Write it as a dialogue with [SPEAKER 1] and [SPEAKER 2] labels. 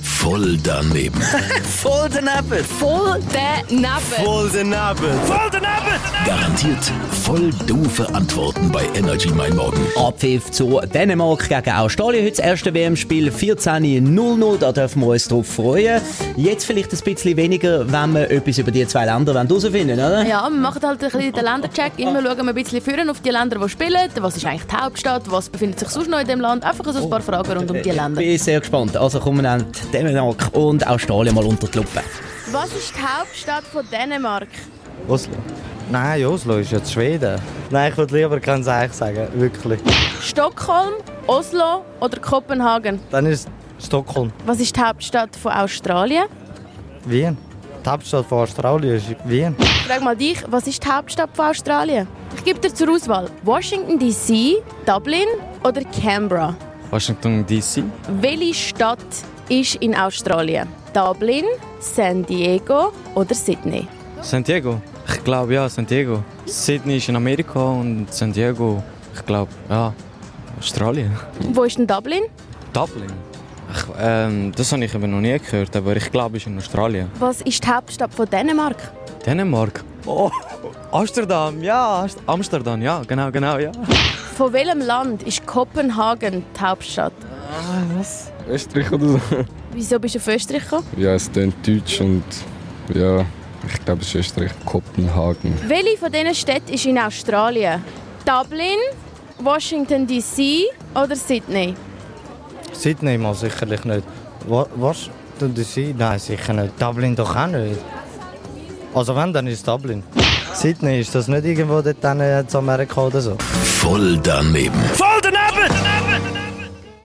[SPEAKER 1] Voll daneben.
[SPEAKER 2] Voll Nappes.
[SPEAKER 3] Voll daneben.
[SPEAKER 2] Voll Nappes.
[SPEAKER 1] Garantiert voll doofe Antworten bei Energy Mein Morgen.
[SPEAKER 4] Abpfiff zu Dänemark gegen Australien. Heute das erste WM-Spiel 14.00. Da dürfen wir uns drauf freuen. Jetzt vielleicht ein bisschen weniger, wenn wir etwas über die zwei Länder herausfinden wollen, oder?
[SPEAKER 3] Ja, wir machen halt ein bisschen den Ländercheck. Immer schauen wir ein bisschen führen auf die Länder, die spielen. Was ist eigentlich die Hauptstadt? Was befindet sich sonst noch in dem Land? Einfach so ein paar Fragen rund um die Länder.
[SPEAKER 4] Ich bin sehr gespannt. Also kommen wir dann Dänemark und Australien mal unter die Lupe.
[SPEAKER 3] Was ist die Hauptstadt von Dänemark?
[SPEAKER 5] Oslo. Nein, Oslo ist jetzt Schweden. Nein, ich würde lieber ganz ehrlich sagen, wirklich.
[SPEAKER 3] Stockholm, Oslo oder Kopenhagen?
[SPEAKER 5] Dann ist Stockholm,
[SPEAKER 3] Was ist die Hauptstadt von Australien?
[SPEAKER 5] Wien. Die Hauptstadt von Australien ist Wien.
[SPEAKER 3] Frag mal dich, was ist die Hauptstadt von Australien? Ich gebe dir zur Auswahl Washington DC, Dublin oder Canberra.
[SPEAKER 6] Washington DC,
[SPEAKER 3] Welche Stadt ist in Australien? Dublin, San Diego oder Sydney?
[SPEAKER 6] San Diego. Ich glaube, ja, San Diego. Sydney ist in Amerika und San Diego, ich glaube, ja, Australien.
[SPEAKER 3] Wo ist denn Dublin?
[SPEAKER 6] Dublin. Ich, ähm, das habe ich eben noch nie gehört, aber ich glaube, es ist in Australien.
[SPEAKER 3] Was ist die Hauptstadt von Dänemark?
[SPEAKER 6] Dänemark. Oh, Amsterdam, ja, Ast- Amsterdam, ja, genau, genau, ja.
[SPEAKER 3] Von welchem Land ist Kopenhagen die Hauptstadt?
[SPEAKER 7] Österreich oder so?
[SPEAKER 3] Wieso bist du auf Österreich gekommen?
[SPEAKER 7] Ja, es klingt deutsch und ja, ich glaube, es ist Österreich, Kopenhagen.
[SPEAKER 3] Welche von diesen Städten ist in Australien? Dublin, Washington DC oder Sydney?
[SPEAKER 5] Sydney mal sicherlich nicht. Wa- Washington DC? Nein, sicher nicht. Dublin doch auch nicht. Also wenn, dann ist Dublin. Sydney, ist das nicht irgendwo dort dann in äh, Amerika oder so?
[SPEAKER 1] Voll daneben. Voll